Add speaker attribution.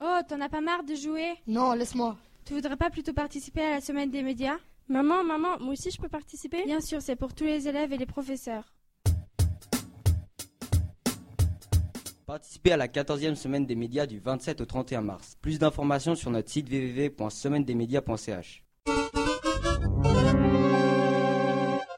Speaker 1: Oh, t'en as pas marre de jouer
Speaker 2: Non, laisse-moi.
Speaker 1: Tu voudrais pas plutôt participer à la semaine des médias
Speaker 3: Maman, maman, moi aussi je peux participer
Speaker 1: Bien sûr, c'est pour tous les élèves et les professeurs.
Speaker 4: Participez à la 14e semaine des médias du 27 au 31 mars. Plus d'informations sur notre site www.semainedesmedias.ch.